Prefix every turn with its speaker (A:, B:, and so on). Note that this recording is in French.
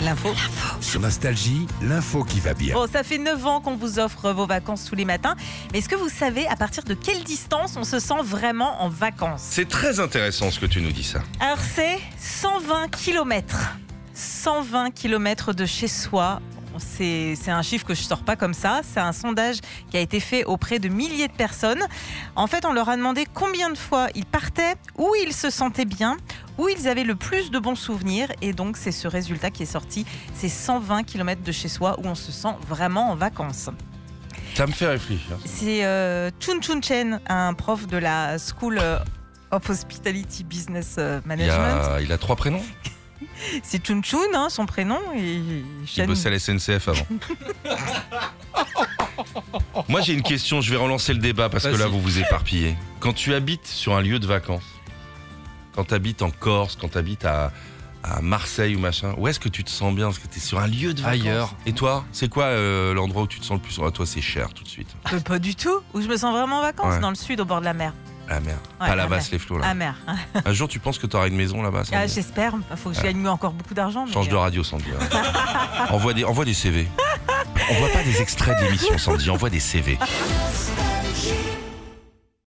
A: L'info.
B: Sur Nostalgie, l'info qui va bien.
A: Bon, ça fait 9 ans qu'on vous offre vos vacances tous les matins. Mais est-ce que vous savez à partir de quelle distance on se sent vraiment en vacances
C: C'est très intéressant ce que tu nous dis ça.
A: Alors, c'est 120 km. 120 km de chez soi. C'est c'est un chiffre que je sors pas comme ça. C'est un sondage qui a été fait auprès de milliers de personnes. En fait, on leur a demandé combien de fois ils partaient, où ils se sentaient bien, où ils avaient le plus de bons souvenirs. Et donc, c'est ce résultat qui est sorti. C'est 120 km de chez soi où on se sent vraiment en vacances.
C: Ça me fait réfléchir.
A: C'est euh, Chun Chun Chen, un prof de la School euh, of Hospitality Business euh,
C: Il
A: Management.
C: a, il a trois prénoms.
A: C'est Chun Chun, hein, son prénom. Et
C: Il
A: Chen.
C: bossait à la SNCF avant. Moi j'ai une question, je vais relancer le débat parce que là
B: Vas-y.
C: vous vous éparpillez. Quand tu habites sur un lieu de vacances, quand tu habites en Corse, quand tu habites à, à Marseille ou machin, où est-ce que tu te sens bien Parce que tu es sur un lieu de vacances.
B: Ailleurs.
C: Et toi, c'est quoi euh, l'endroit où tu te sens le plus ah, Toi c'est cher tout de suite.
A: Euh, pas du tout. Où je me sens vraiment en vacances,
C: Ouais.
A: dans le sud, au bord de la mer.
C: La mer.
A: Ouais,
C: Ah, pas la
A: la
C: basse les flots là.
A: À mer. hein.
C: Un jour tu penses que tu auras une maison là-bas sans
A: Ah,
C: doute.
A: J'espère. Il faut que je gagne encore beaucoup d'argent. mais,
C: Change de
A: euh,
C: radio, Sandy. hein. envoie, des, envoie des CV. On voit pas des extraits de l'émission, Sandy. Envoie des CV.